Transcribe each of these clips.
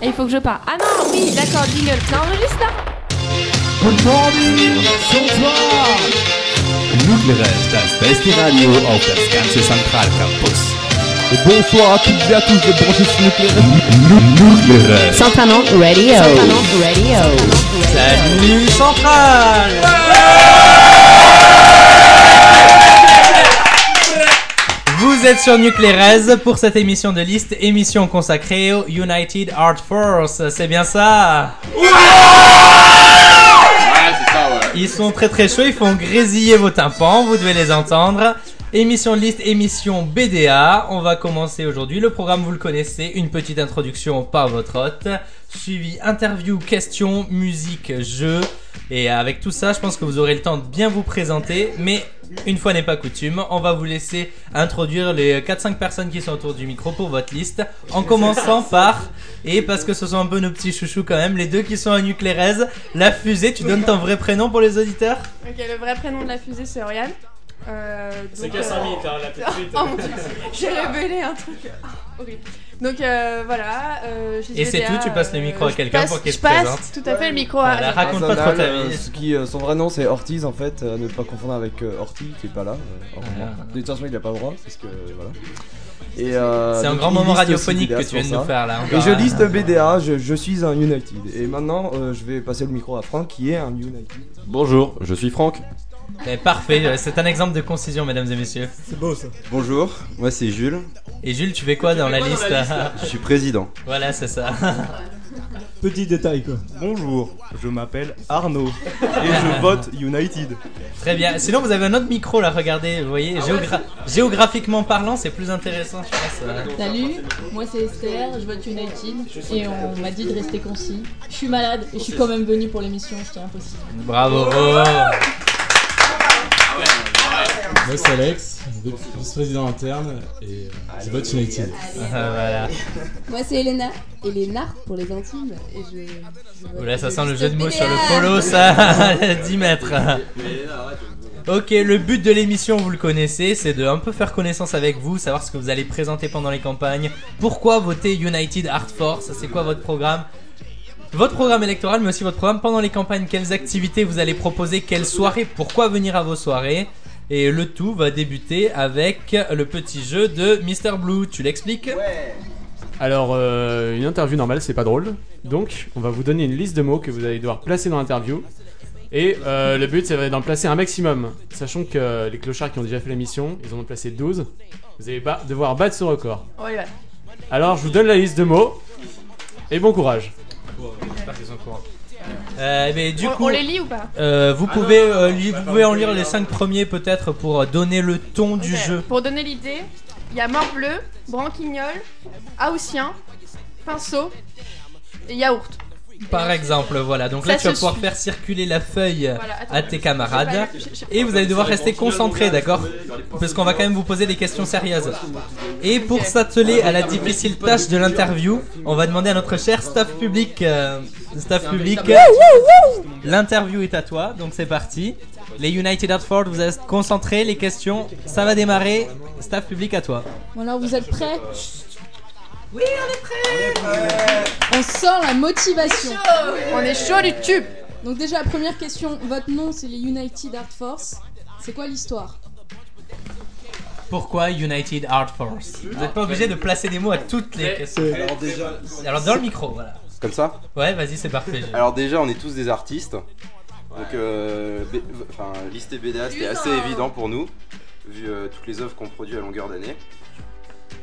Et il faut que je parle. Ah non, oui, d'accord, jingle. Ça enregistre là Good morning, Sonsoir! Nucleare, das beste Radio auf das ganze Zentralcampus. Et bonsoir à toutes et à tous de brancher sur Nuclear. Nucleare, Centranon Radio. Centranon Radio. Salut Central Vous êtes sur Nuclérez pour cette émission de liste, émission consacrée au United Art Force, c'est bien ça Ouais, c'est ça, ouais. Ils sont très très chauds, ils font grésiller vos tympans, vous devez les entendre. Émission de liste, émission BDA, on va commencer aujourd'hui, le programme vous le connaissez, une petite introduction par votre hôte, suivi interview, questions, musique, jeu, et avec tout ça je pense que vous aurez le temps de bien vous présenter, mais une fois n'est pas coutume, on va vous laisser introduire les 4-5 personnes qui sont autour du micro pour votre liste, en commençant par, et parce que ce sont un peu nos petits chouchous quand même, les deux qui sont à Nuclérez, la fusée, tu donnes ton vrai prénom pour les auditeurs Ok, le vrai prénom de la fusée, c'est Oriane. Euh, C'est que 5 minutes, hein, là tout de suite. Oh mon dieu, j'ai révélé un truc ah, horrible. Donc euh, voilà. euh, j'ai Et c'est GDA, tout, tu passes le micro à je quelqu'un passe- pour qu'il je se passe présente. tout à fait le micro à. Voilà, raconte pas trop ta vie. vie. Qui, euh, son vrai nom c'est Ortiz en fait, euh, ne pas confondre avec euh, Ortiz qui est pas là. euh, en ce moment. Ah. De toute façon il a pas le droit parce que voilà. Et, euh, C'est un donc, grand il moment liste aussi radiophonique BDA que tu viens de sur nous ça. faire là. Et encore, je hein. liste BDA, je, je suis un United. Et maintenant euh, je vais passer le micro à Franck qui est un United. Bonjour, je suis Franck. Eh, Parfait, euh, c'est un exemple de concision, mesdames et messieurs. Bonjour, moi c'est Jules, Et Jules, tu fais quoi dans la liste je suis président. Voilà, c'est ça. Petit détail quoi. Bonjour, je m'appelle Arnaud et je vote United. Très bien. Sinon, vous avez un autre micro là, regardez, vous voyez, géogra- géographiquement parlant, c'est plus intéressant, je pense. euh. Salut, moi c'est Esther, je vote United et on m'a dit de rester concis. Je suis malade et je suis quand même venue pour l'émission, c'était impossible. Bravo. Moi c'est Alex, vice-président interne et euh, je vote United. voilà. Moi c'est Elena. Elena pour les intimes. Et je. je- Oula, ça sent le jeu de mots BDA. sur le polo, ça, 10 mètres. Ok, le but de l'émission, vous le connaissez, c'est de un peu faire connaissance avec vous, savoir ce que vous allez présenter pendant les campagnes, pourquoi voter United Art Force, c'est quoi votre programme, votre programme électoral, mais aussi votre programme pendant les campagnes, quelles activités vous allez proposer, quelles soirées, pourquoi venir à vos soirées. Et le tout va débuter avec le petit jeu de Mr Blue. Tu l'expliques Alors, euh, une interview normale, c'est pas drôle. Donc, on va vous donner une liste de mots que vous allez devoir placer dans l'interview. Et euh, le but, c'est d'en placer un maximum. Sachant que euh, les clochards qui ont déjà fait la mission, ils en ont placé 12. Vous allez ba- devoir battre ce record. Oh, il va- Alors, je vous donne la liste de mots. Et bon courage. Euh, mais du on, coup, on les lit ou pas Euh, vous pouvez, euh, li- vous pouvez en lire les 5 premiers peut-être pour euh, donner le ton du Ok. jeu. Pour donner l'idée, il y a mort bleu, branquignol, haussien, pinceau et yaourt. Par exemple, voilà. Donc Ça là, tu se vas pouvoir suit. faire circuler la feuille Voilà, attends, à tes j'ai pas camarades. lu- j'ai- j'ai- Et vous allez devoir rester concentré, d'accord Parce qu'on va quand même vous poser des questions sérieuses. Et pour Ok. s'atteler à la difficile tâche de l'interview, on va demander à notre cher staff public. euh, staff public. euh, L'interview est à toi, donc c'est parti. Les United Hartford, vous êtes concentrés, les questions, ça va démarrer. Staff public à toi. Bon alors vous êtes prêts Oui on est prêts On sent la motivation. On est chaud du tube Donc déjà première question, votre nom c'est les United Art Force. C'est quoi l'histoire Pourquoi United Art Force Vous n'êtes pas obligé de placer des mots à toutes les questions. Ah, Alors déjà, Alors dans le micro, voilà. comme ça Ouais, vas-y, c'est parfait. Alors déjà, on est tous des artistes. Donc, euh, B- enfin, lister BDA, c'était assez évident pour nous, vu euh, toutes les œuvres qu'on produit à longueur d'année.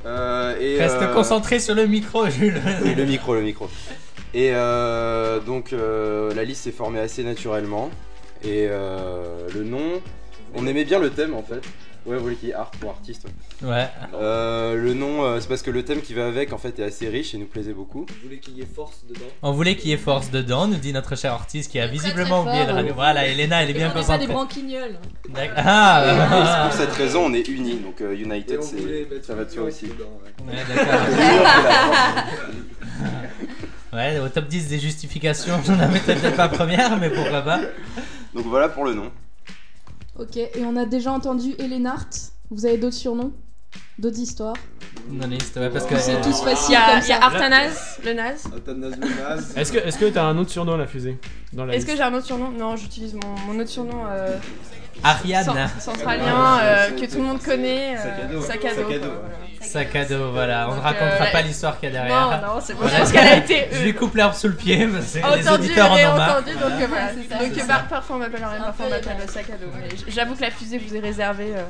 Euh, et, Reste euh, concentré sur le micro, Jules. Oui, le micro, le micro. Et euh, donc euh, la liste s'est formée assez naturellement. Et euh, le nom, on aimait bien le thème en fait. Ouais, vous voulez qu'il y ait art pour artiste. ouais. Ouais. Euh, le nom, euh, c'est parce que le thème qui va avec en fait est assez riche et nous plaisait beaucoup. On voulait qu'il y ait force dedans, nous dit notre cher Ortiz qui a Très, visiblement très oublié de fort. ramener. Voilà, Elena, elle est Et bien on n'est pas concentrée. des branquignols. D'ac- Et Ah pour cette raison, on est unis. Donc euh, United, c'est ça va de soi aussi. Ouais, d'accord. Ouais, au top 10 des justifications, j'en avais peut-être pas première, mais pourquoi pas. donc voilà pour le nom. Ok, et on a déjà entendu Hélène Hart. Vous avez d'autres surnoms D'autres histoires Non, liste, ouais, parce que. C'est tous Il y a, il y a Artanas, le Naz. Est-ce que est-ce que t'as un autre surnom la fusée dans la Est-ce que liste j'ai un autre surnom Non, j'utilise mon, mon autre surnom. euh, Ariane. cen- Centralien, euh, Ouais, que Ah, c'est- tout le monde connaît. euh, Sac à dos. Sac à dos. Sac à quoi, dos. voilà. Sac à dos, voilà. On ne Donc, racontera euh, pas l'histoire qu'il y a derrière. Non, non, c'est bon, Voilà. parce qu'elle a été- euh, Je lui coupe l'herbe sous le pied, parce que les Entendu, auditeurs en ont marre. entendu, donc euh, voilà. C'est ça, Donc c'est euh, ça. par- parfois on m'appelle Ariane, parfois on m'appelle le sac à dos. Mais j- J'avoue que la fusée vous est réservée, euh,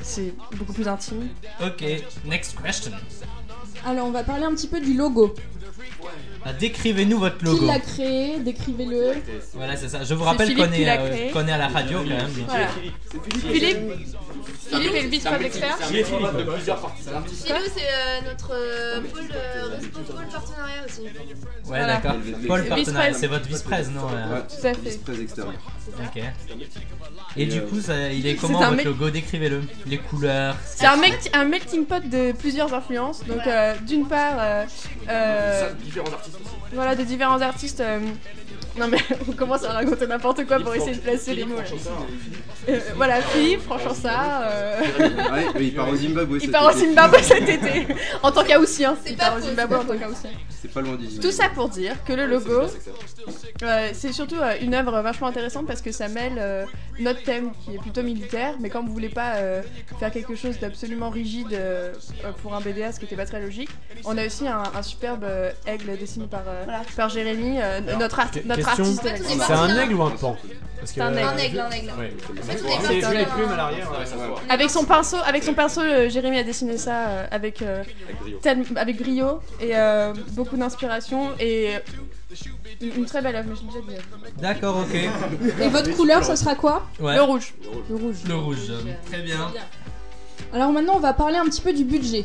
c'est beaucoup plus intime. Ok, next question. Alors, on va parler un petit peu du logo. Ah, Décrivez-nous votre Qui logo. l'a créé Décrivez-le. Voilà, c'est ça. Je vous C'est rappelle Philippe qu'on qui est, l'a euh, créé. qu'on est à la radio quand même. donc- Voilà. Philippe Philippe est le vice-prod expert Chez nous, c'est euh, notre euh, pôle, euh, respo- pôle partenariat aussi. Ouais, Voilà. d'accord. Vice-presse. Paul Partenay, c'est votre vice-presse, non euh, Tout à fait. Ok. Et du coup, ça- il est C'est comment un votre mec- logo Décrivez-le. Les couleurs. C'est un, mec- un melting pot de plusieurs influences. Donc, euh, d'une part, euh, euh, voilà, de différents artistes. euh, non, mais on commence à raconter n'importe quoi pour essayer de placer les mots. là. Euh, voilà, Philippe, franchement, ça. euh, Ouais, mais il part au Zimbabwe. il cet part au été. Zimbabwe cet été en tant qu'Haoutien. Il pas part au faux, Zimbabwe c'est en pas tant qu'Haoutien. C'est pas loin du Zimbabwe. Tout ça pour dire que le logo, euh, c'est surtout euh, une œuvre vachement intéressante parce que ça mêle euh, notre thème qui est plutôt militaire, mais quand vous voulez pas euh, faire quelque chose d'absolument rigide euh, euh, pour un BDA, ce qui était pas très logique, on a aussi un, un superbe euh, aigle dessiné par, euh, par Jérémy, euh, notre, art- Que- notre question, artiste. C'est un aigle ou un pan Parce euh, C'est un aigle. Un aigle, un aigle. Ouais. fait, tout est C'est parti les d'un- plumes à l'arrière. Ouais, ça se voit. Avec son pinceau, avec son pinceau, euh, Jérémy a dessiné ça euh, avec euh, Avec brio. tel- avec brio et euh, beaucoup d'inspiration et une, une très belle œuvre. mais je l'ai déjà dit. D'accord, ok. Et votre couleur, ça sera quoi Ouais. Le rouge. Le rouge. Le rouge. euh, Très bien. Alors maintenant, on va parler un petit peu du budget.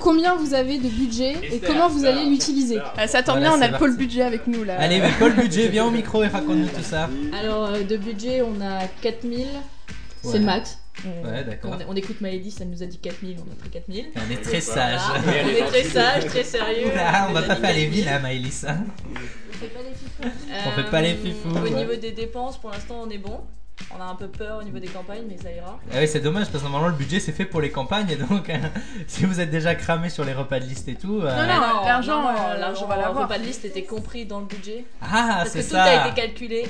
Combien vous avez de budget et Esther, comment vous Esther, allez l'utiliser Ah, ça tombe Voilà, bien, on a c'est le parti. pôle budget avec nous là. Allez, mais Paul Budget, viens au micro et raconte-nous tout ça. Alors, euh, de budget, on a 4000. Ouais. C'est le max. On- Ouais, d'accord. On, on écoute Malédie, ça nous a dit 4000, on a pris 4000. On est très sage. Voilà, on est très sage, très sérieux. Oula, Ah, on va Nous pas a dit faire les 4000. villes, hein, Maëlys. hein. On fait pas les fifous. On fait pas les fifous, Euh, Au ouais. niveau des dépenses, pour l'instant, on est bon. On a un peu peur au niveau des campagnes, mais ça ira. Ah oui, c'est dommage parce que normalement le budget c'est fait pour les campagnes donc euh, si vous êtes déjà cramé sur les repas de liste et tout. euh, non, l'argent, non, euh, l'argent, on va l'avoir. le repas de liste était compris dans le budget. Ah, Parce que c'est tout ça. a été calculé.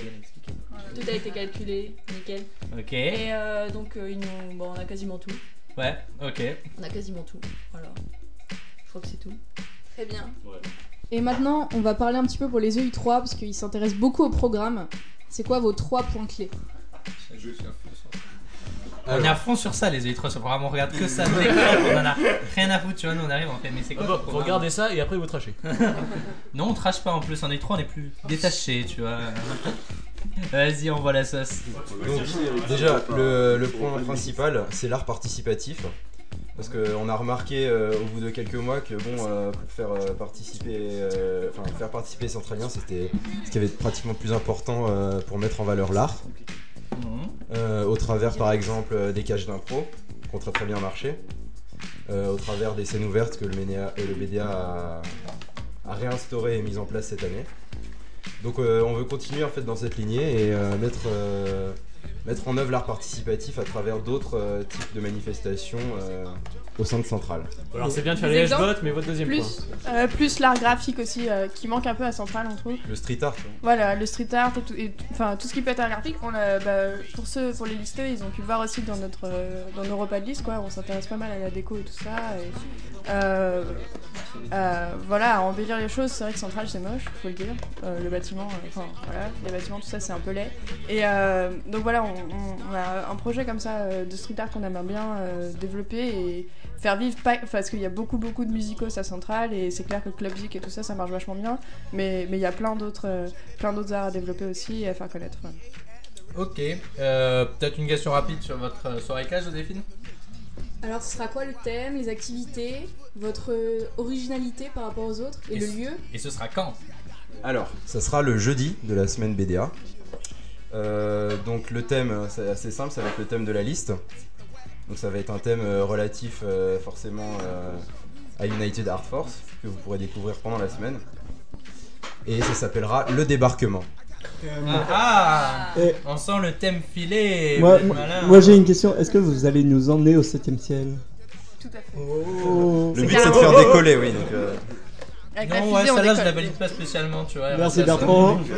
Tout a été calculé, nickel. Ok. Et euh, donc, euh, ils nous- bon, on a quasiment tout. Ouais, ok. On a quasiment tout. Voilà. Je crois que c'est tout. Très bien. Et maintenant, on va parler un petit peu pour les EI3 parce qu'ils s'intéressent beaucoup au programme. C'est quoi vos trois points clés On est à fond sur ça les électrons, c'est vraiment on regarde que ça, les crêpes, on en a rien à foutre, tu vois, nous on arrive on fait mais c'est quoi Ah bah, ce vous programme regardez ça et après vous trachez. Non on trash pas en plus, en électron on est plus détaché, tu vois. Vas-y on voit la sauce. Donc, déjà, le, le point principal, c'est l'art participatif. Parce qu'on a remarqué euh, au bout de quelques mois que bon, euh, pour faire euh, participer, euh, enfin faire participer les Centraliens, c'était ce qui avait été pratiquement le plus important euh, pour mettre en valeur l'art. Euh, au travers, par exemple, euh, des cages d'impro, qui ont très très bien marché. Euh, au travers des scènes ouvertes que le, BDA euh, le BDA a, a réinstauré et mis en place cette année. Donc euh, on veut continuer en fait dans cette lignée et euh, mettre, euh, mettre en œuvre l'art participatif à travers d'autres euh, types de manifestations euh, au sein de Centrale. Alors c'est bien de faire Des les exemples votes, mais votre deuxième point. plus, euh, plus l'art graphique aussi, euh, qui manque un peu à Centrale, on trouve. Le street art. hein. Voilà, le street art et tout, et tout- enfin tout ce qui peut être art graphique, on l'a- bah, pour ceux, pour les listeux, ils ont pu le voir aussi dans notre, euh, dans nos repas de liste, quoi. On s'intéresse pas mal à la déco et tout ça. et, euh, euh, voilà, à embellir les choses, c'est vrai que Centrale c'est moche, faut le dire. Euh, le bâtiment, euh, enfin voilà, les bâtiments, tout ça c'est un peu laid. Et euh, donc voilà, on, on- on a un projet comme ça euh, de street art qu'on aimerait bien euh, développer et faire vivre, pas, parce qu'il y a beaucoup beaucoup de musicos à Centrale et c'est clair que Club Zik et tout ça ça marche vachement bien, mais mais il y a plein d'autres euh, plein d'autres arts à développer aussi et à faire connaître. voilà. Ok, euh, peut-être une question rapide sur votre euh, soirée cage Joséphine Alors, ce sera quoi le thème, les activités, votre euh, originalité par rapport aux autres et, le ce- lieu Et ce sera quand Alors, ça sera le jeudi de la semaine BDA. Euh, donc le thème, c'est assez simple, ça va être le thème de la liste. Donc ça va être un thème euh, relatif euh, forcément euh, à United Art Force que vous pourrez découvrir pendant la semaine. Et ça s'appellera le débarquement. Ah, ah On sent le thème filé Moi, Eh ben, vous êtes malin. hein. moi j'ai une question. Est-ce que vous allez nous emmener au 7ème ciel Tout à fait. Oh. Le but, c'est de faire décoller, oui. Donc, euh, Avec la Non, fusée, ouais, on celle-là, je décolle. la valide pas spécialement, tu vois. Merci, Ça, ça- Bertrand.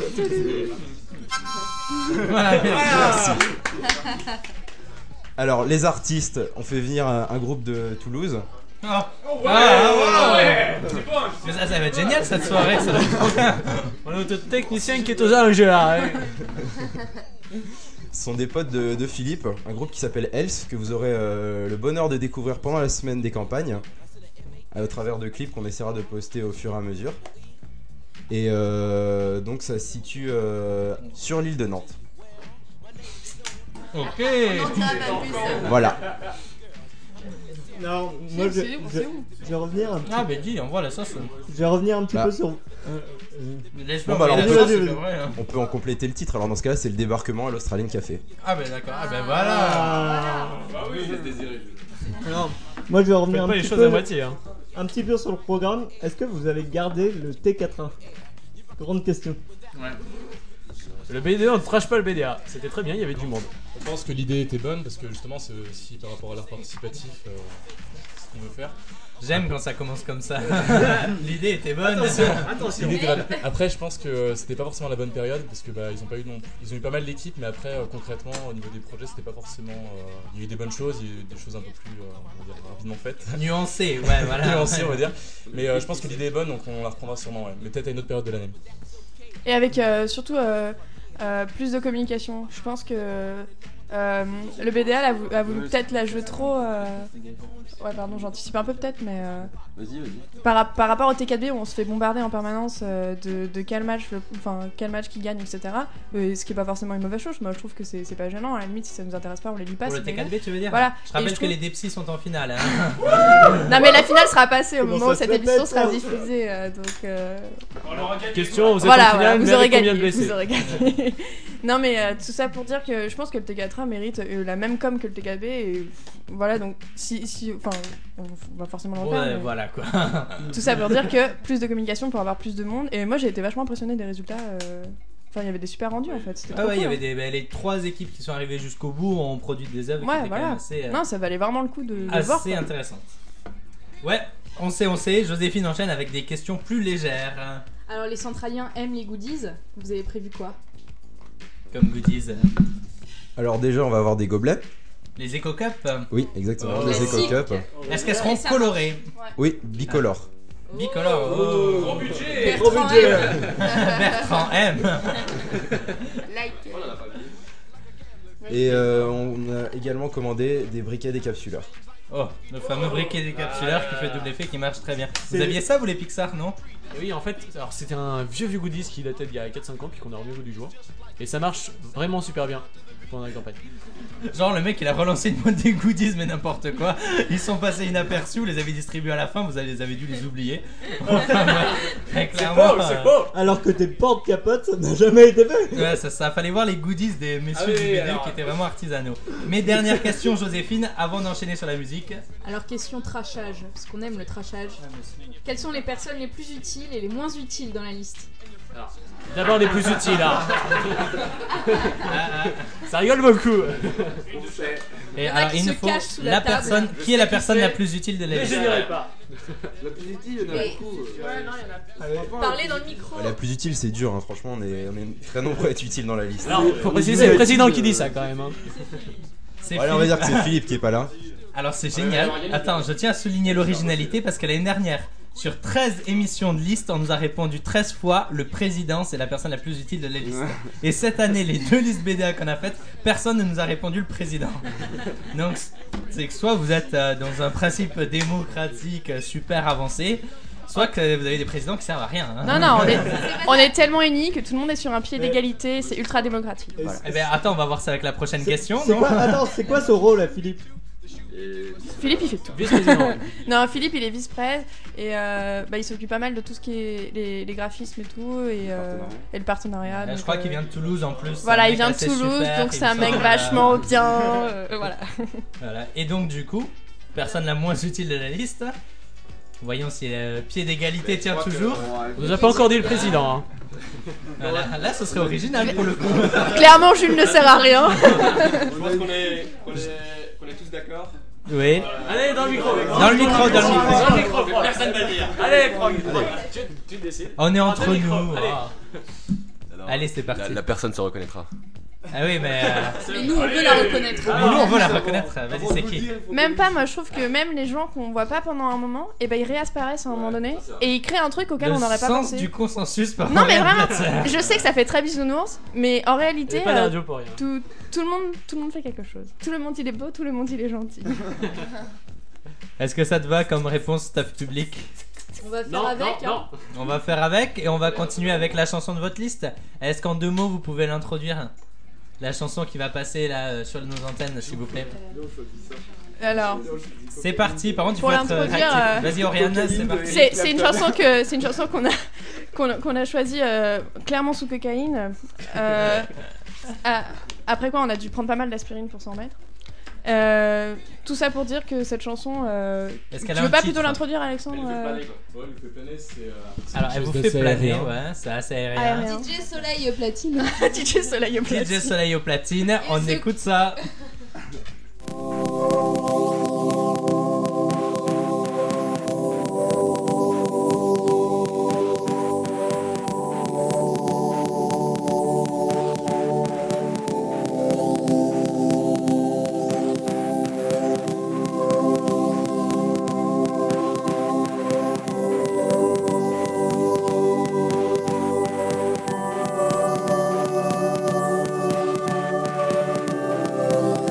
Voilà, merci. Alors, les artistes, on fait venir euh, un, un groupe de Toulouse. Ah. Oh ouais, Ah, ouais, ouais. c'est bon. Mais ça, ça va être génial cette soirée, ça va être trop bien. On a notre technicien qui est aux enjeux là. hein. Ce sont des potes de, de Philippe, un groupe qui s'appelle Else, que vous aurez euh, le bonheur de découvrir pendant la semaine des campagnes, à- au travers de clips qu'on essaiera de poster au fur et à mesure. Et euh, donc ça se situe euh, sur l'île de Nantes. Ok. Voilà. Non, Si, moi je, c'est où, je- c'est où je vais revenir un petit Ah, mais dis, envoie la sauce. Je vais revenir un petit Bah. peu sur. Laisse-moi Bon, bah, alors, envoyer on peut- la sauce, c'est pas vrai, hein. on peut en compléter le titre. Alors dans ce cas-là, c'est le débarquement à l'Australian Café. Ah, ben d'accord, ah, ben voilà. Bah oui, j'ai désiré. Moi je vais revenir Faites un pas les petit choses peu. à moitié, hein. Un petit peu sur le programme. Est-ce que vous allez garder le T4A Grande question. Le BDA, on ne trash pas le BDA. C'était très bien, il y avait du monde. Je pense que l'idée était bonne parce que justement, c'est aussi par rapport à l'art participatif euh, ce qu'on veut faire. J'aime quand ça commence comme ça. L'idée était bonne. Attention, L'idée était bonne. Après, je pense que euh, c'était pas forcément la bonne période parce que bah, ils ont pas eu non plus- ils ont eu pas mal d'équipes, mais après euh, concrètement au niveau des projets, c'était pas forcément. euh, Il y a eu des bonnes choses, il y a eu des choses un peu plus euh, on va dire, rapidement faites. Nuancées, ouais, voilà. Nuancées, on va dire. Mais euh, je pense que l'idée est bonne, donc on la reprendra sûrement. ouais. Mais peut-être à une autre période de l'année. Et avec euh, surtout euh, euh, plus de communication. Je pense que euh, le BDA a, vou- a voulu peut-être la jouer trop. euh, Ouais, pardon, j'anticipe un peu peut-être, mais. euh, Vas-y, vas-y. Par, rap- par rapport au TKB, où on se fait bombarder en permanence euh, de, de quel match, le- enfin quel match qui gagne, etc. euh, ce qui est pas forcément une mauvaise chose. Moi, je trouve que c'est c'est pas gênant. À la limite, si ça nous intéresse pas, on les lit pas. Pour le c'est pas T4B, tu veux dire Voilà. Je Et rappelle que trouve- les Depsy sont en finale. hein. Non, mais la finale sera passée au Comment moment où ça cette se fait émission mettre, sera ça diffusée. euh, donc. euh, Question, vous êtes voilà, en voilà, finale, mais vous avec aurez combien gagné. de blessés vous aurez gagné. non, mais euh, tout ça pour dire que je pense que le TK3 mérite euh, la même com que le TKB. Et euh, voilà, donc si. si enfin, on va forcément le refaire. Ouais, mais- voilà, quoi. Tout ça pour dire que plus de communication pour avoir plus de monde. Et moi, j'ai été vachement impressionné des résultats. euh, Enfin, il y avait des super rendus en fait. C'était Ah trop ouais, il y cool, avait hein. des, bah, les trois équipes qui sont arrivées jusqu'au bout ont produit des œuvres qui Ouais, étaient quand voilà. même assez, euh, Non, ça valait vraiment le coup de, de Ah, assez voir. quoi. intéressantes. Ouais, on sait, on sait. Joséphine enchaîne avec des questions plus légères, hein, Alors les centraliens aiment les goodies. Vous avez prévu quoi comme goodies. Alors déjà, on va avoir des gobelets. Les Eco Cup Oui, exactement. Oh. des Eco Cup. Est-ce qu'elles Oh, seront colorées Oui, bicolore. Bicolore. Oh, Oh. gros budget. Gros Bertrand budget. M. Bertrand M. Like. Ah. Et euh, on a également commandé des briquets décapsuleurs. Oh, le fameux briquet décapsuleur qui fait double effet qui marche très bien. Vous C'est- aviez ça, vous les Pixar, non Oui, en fait, alors c'était un vieux vieux goodies qui datait d'il y a 4-5 ans, puis qu'on a remis au goût du jour. Et ça marche vraiment super bien pendant la campagne. Genre le mec il a relancé une boîte des goodies mais n'importe quoi. Ils sont passés inaperçus, vous les avez distribués à la fin, vous avez- les avez dû les oublier. Enfin, ouais. Très clairement, euh, Alors que tes portes capotes, ça n'a jamais été fait Ouais, ça, ça fallait voir les goodies des messieurs Ah oui, du BD alors. qui étaient vraiment artisanaux. Mes dernières questions, Joséphine, avant d'enchaîner sur la musique. Alors question trashage, parce qu'on aime le trashage. Quelles sont les personnes les plus utiles et les moins utiles dans la liste D'abord les plus utiles, hein. Ça rigole beaucoup. Et Il y en a alors, qui il se nous faut cachent sous la, la table. personne Je qui est la sais qui personne c'est, la plus utile de la mais liste. je dirai pas. La plus utile, il y en a Mais- beaucoup. Ouais, non, il y en a Franchement, la Parlez plus dans le utile- micro. La plus utile, c'est dur, hein. franchement, on est, on est très nombreux à être utiles dans la liste. Alors, faut préciser, c'est le président qui dit ça quand même. hein. C'est Voilà, on va dire que c'est Philippe. Philippe qui est pas là. Alors c'est génial. Attends, je tiens à souligner l'originalité parce que l'année dernière, sur 13 émissions de liste, on nous a répondu 13 fois le président, c'est la personne la plus utile de la liste. Et cette année, les deux listes BDA qu'on a faites, personne ne nous a répondu le président. Donc c'est que soit vous êtes euh, dans un principe démocratique euh, super avancé, soit que vous avez des présidents qui servent à rien. hein. Non, non, on est, on est tellement unis que tout le monde est sur un pied d'égalité. C'est ultra démocratique. Voilà. Eh ben attends, on va voir ça avec la prochaine question. C'est non quoi Attends, c'est quoi ce rôle à Philippe Philippe, il fait tout. Vice-président. non, Philippe, il est vice-presse et euh, bah, il s'occupe pas mal de tout ce qui est les, les graphismes et tout et, euh, et le partenariat. Euh, donc, Je crois euh, qu'il vient de Toulouse en plus. c'est un Voilà, il mec vient de assez Toulouse, super, donc il c'est un me mec semble, vachement euh, bien. euh, voilà. Voilà. Et donc du coup, personne la moins utile de la liste. Voyons si le pied d'égalité tient toujours. On nous a pas encore dit le président. hein. Ah, Là, là, ce serait original pour le coup. Clairement, Jules ne sert à rien. Je pense qu'on est, qu'on est, qu'on est tous d'accord. Oui. Allez, dans le micro. Dans le micro, dans le micro. Dans le micro, Frog. Personne va dire. Allez, Frog. Allez. Tu, tu décides. On est Dans entre le micro, nous. allez. Ah. Alors, Allez, c'est parti. La, Ah, la personne se reconnaîtra. Ah oui, mais. euh, Mais nous, on veut la reconnaître. Mais nous, on veut la reconnaître. Vas-y, c'est qui Même pas, moi je trouve que même les gens qu'on voit pas pendant un moment, et ben ils réapparaissent à un moment donné et ils créent un truc auquel Le on n'aurait pas sens pensé. du consensus par Non mais Aurélien vraiment, Plaza. je sais que ça fait très bisounours, mais en réalité, Elle est pas à la euh, radio pour rien. Tout, tout le monde, tout le monde fait quelque chose. Tout le monde il est beau, tout le monde il est gentil. Est-ce que ça te va comme réponse, staff public On va faire Non, avec. non, hein. On va faire avec et on va continuer avec la chanson de votre liste. Est-ce qu'en deux mots vous pouvez l'introduire La chanson qui va passer là euh, sur nos antennes, s'il vous plaît. Alors, C'est parti, par contre, il faut pour être euh, l'introduire, réactif. euh, Vas-y, Oriane, c'est parti. c'est c'est une chanson que c'est une chanson qu'on a qu'on a- qu'on a choisie euh, clairement sous cocaïne. Euh, à- après quoi, on a dû prendre pas mal d'aspirine pour s'en remettre. Euh, tout ça pour dire que cette chanson. euh, Est-ce tu qu'elle a veux un pas titre hein. plutôt l'introduire, Alexandre euh, Ouais, le fait planer, c'est. Alors, elle vous fait planer, ouais, c'est assez Ah, euh, aérien. Aérien. DJ Soleil Platine. DJ Soleil DJ Soleil au platine, on écoute ça. Thank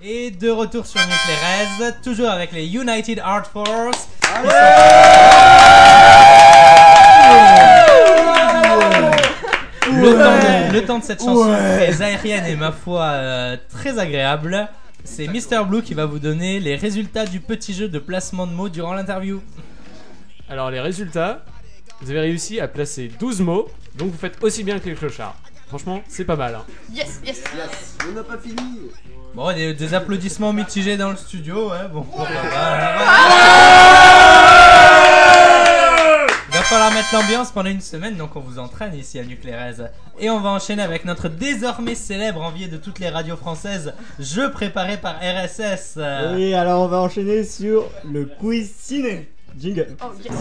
Et de retour sur Nuclérez, toujours avec les United Art Force. Ils sont- le, temps de, le temps de cette chanson Ouais. très aérienne et ma foi euh, très agréable. C'est Mr Blue qui va vous donner les résultats du petit jeu de placement de mots durant l'interview. Alors les résultats, vous avez réussi à placer 12 mots, donc vous faites aussi bien que les clochards. Franchement, c'est pas mal. hein. Yes, yes, yes. On n'a pas fini. Bon, des, des applaudissements mitigés dans le studio, ouais, bon. hein, Il va falloir mettre l'ambiance pendant une semaine, donc on vous entraîne ici à Nuclérez. Et on va enchaîner avec notre désormais célèbre envié de toutes les radios françaises, jeu préparé par RSS. euh, Oui, alors on va enchaîner sur le quiz ciné. Jingle. Oh, yes.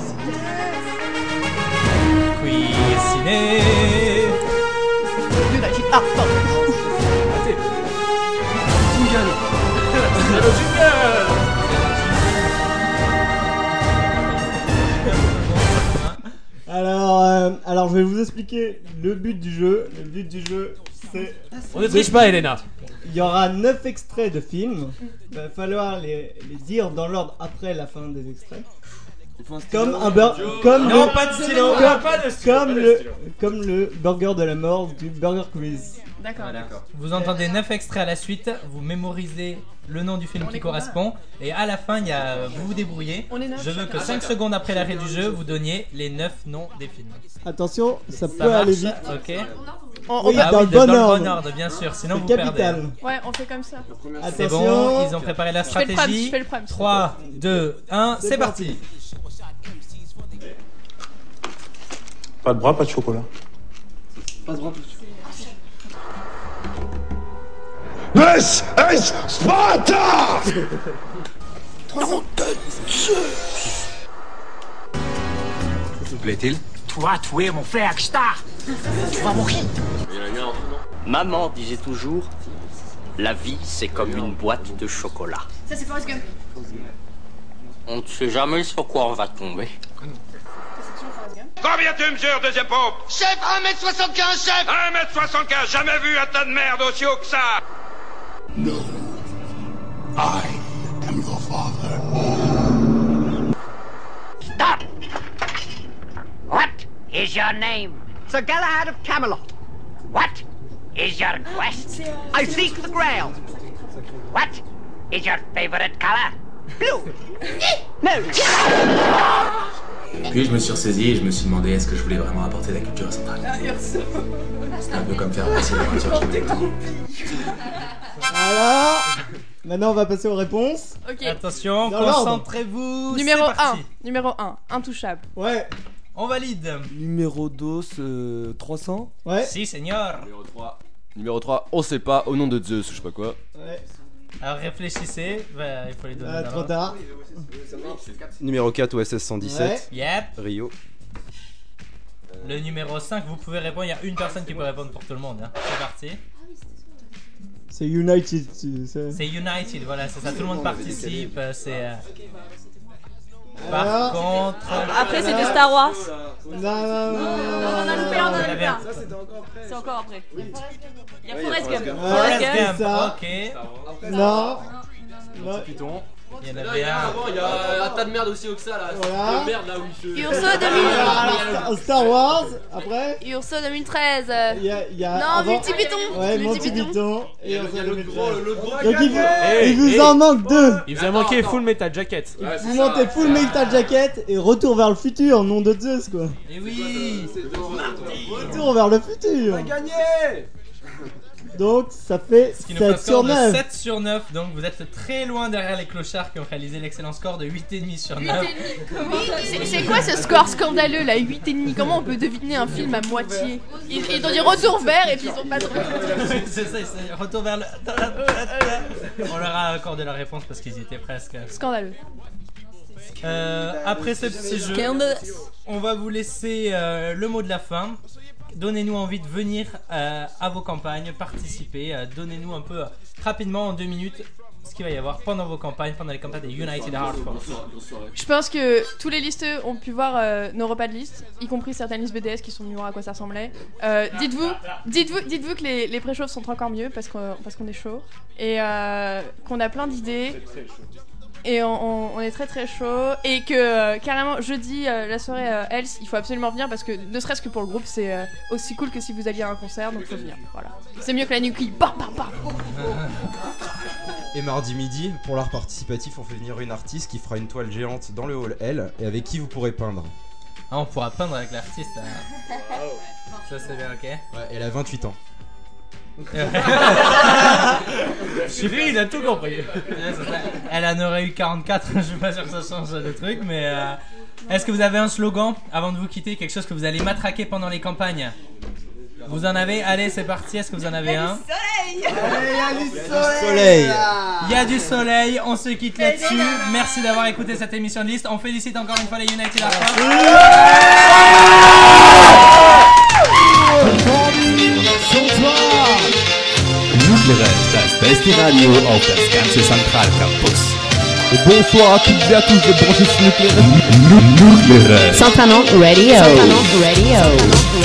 Quiz ciné. United Art Alors, euh, alors je vais vous expliquer le but du jeu. Le but du jeu, c'est. On ne triche pas, Elena. Il y aura 9 extraits de films. Il va falloir les, les dire dans l'ordre après la fin des extraits. Comme un burger. Comme Non, le- pas de stylo. Comme, Ah, pas de stylo, comme pas de le, stylo. comme le burger de la mort du Burger Quiz. D'accord. Vous entendez 9 extraits à la suite, vous mémorisez le nom du film qui correspond, et à la fin, il y a, euh, vous vous débrouillez. On est neuf Je veux chacun. que Ah, 5 d'accord. secondes après l'arrêt du jeu, vous donniez les 9 noms des films. Attention, ça, Ça peut marche aller vite. Ok. On- on- Oui, ah dans oui, le de- dans bon le bon ordre. ordre, bien sûr, sinon C'est vous perdez. capital. Ouais, on fait comme ça. C'est Attention. bon, ils ont préparé la Je fais le prime, stratégie. je fais le prime. 3, 2, 1, c'est parti. Pas de bras, pas de chocolat. This is Sparta! Plaît-il Tu vas tuer mon frère Akstar Tu vas mourir Maman disait toujours, la vie c'est comme une boîte de chocolat. Ça, c'est Forrest Gump. On ne sait jamais sur quoi on va tomber. Combien tu mesures, deuxième pompe Chef, 1m75, chef 1m75, jamais vu un tas de merde aussi haut que ça No. I am your father. Stop! What is your name? Sir Galahad of Camelot. What is your quest? I seek the Grail. What is your favorite color? Blue. no. Puis je me suis ressaisi et je me suis demandé est-ce que je voulais vraiment apporter la culture à Central. Ah, C'est un peu comme faire passer la voiture chez Decathlon. Alors, maintenant on va passer aux réponses. Ok. Attention, Dans l'ordre. concentrez-vous. Numéro c'est parti. 1, numéro 1, intouchable. Ouais. On valide. Numéro euh, 2, 300 Ouais. Si, seigneur. Numéro 3. Numéro 3, on sait pas, au nom de Zeus, ou je sais pas quoi. Alors réfléchissez, Bah, il faut les donner. Ah, dans trop l'ordre. tard. Numéro 4, OSS 117. Ouais. Yep. Rio. Le numéro 5, vous pouvez répondre, il y a une personne qui peut répondre pour tout le monde. hein. C'est parti. C'est United. tu sais. C'est United, voilà, c'est ça, tout le monde participe. euh, C'est. euh, Alors Par Ah, contre. Après, c'était Star Wars. Non, non, non, non, Non, on a loupé un, on a loupé un. Ça, c'était encore après. C'est encore après. Il y a Oui, Forrest Gump. Gump. Forrest Ouais, Gump. c'est ça. Ok. Non. non. Python. Il y en Là, avait il y en a un. avant, il y a un tas de merde aussi au que ça là. Voilà. De Oh, merde là où il se. Urso Ah, Alors, Star- Star Wars, après Urso 2013. euh, il y a non, avant- Multipiton. Ouais, Multipiton. Multipiton. Il y a l'autre gros, euh, l'autre gros. Donc il vous, Hey, il vous hey. en manque deux. Eh, Il vous a manqué Full Metal Jacket. Vous montez full metal jacket et retour vers le futur, nom de Zeus quoi. Et Eh oui Retour vers le futur. Gagné Donc ça fait Ce qui nous fait un 7 sur score de 9. 7 sur 9, donc vous êtes très loin derrière les clochards qui ont réalisé l'excellent score de 8,5 sur 9. C'est c'est quoi ce score scandaleux là 8,5 Comment on peut deviner un film à moitié ils, ils ont dit retour vert et puis ils ont pas trouvé. c'est ça, c'est retour vers le. On leur a accordé leur réponse parce qu'ils y étaient presque. Scandaleux. Euh, après ce petit jeu, Candace. on va vous laisser euh, le mot de la fin. Donnez-nous envie de venir euh, à vos campagnes, participer, euh, donnez-nous un peu, euh, rapidement en deux minutes ce qu'il va y avoir pendant vos campagnes, pendant les campagnes des United Heart Force. Je pense que tous les listeux ont pu voir euh, nos repas de liste, y compris certaines listes BDS qui sont venues voir à quoi ça ressemblait. Euh, dites-vous, dites-vous, dites-vous que les, les préchauffes sont encore mieux parce qu'on, parce qu'on est chaud et euh, qu'on a plein d'idées. Et on, on- on est très très chaud. Et que euh, carrément, jeudi, euh, la soirée euh, Else, il faut absolument venir parce que ne serait-ce que pour le groupe, c'est euh, aussi cool que si vous alliez à un concert, donc faut venir. Voilà. C'est mieux que la nuque. Bam, bam, bam. Et mardi midi, pour l'art participatif, on fait venir une artiste qui fera une toile géante dans le hall L et avec qui vous pourrez peindre. Ah, on pourra peindre avec l'artiste. hein. Ça c'est bien, ok. Elle a 28 ans. Chérie, il a tout compris. Elle en aurait eu 44, je suis pas sûr que ça change le truc, mais. euh, Est-ce que vous avez un slogan avant de vous quitter Quelque chose que vous allez matraquer pendant les campagnes Vous en avez Allez, c'est parti, est-ce que vous en avez un Soleil soleil. Il y a du soleil, on se quitte là-dessus. Merci d'avoir écouté cette émission de liste. On félicite encore une fois les United Arts. Jugendreich, das beste Radio auf das ganze Zentralcampus. Bonsoir à toutes et à tous de Branches Nucléaires. Nucléaire. Santanon Radio. Santanon Radio.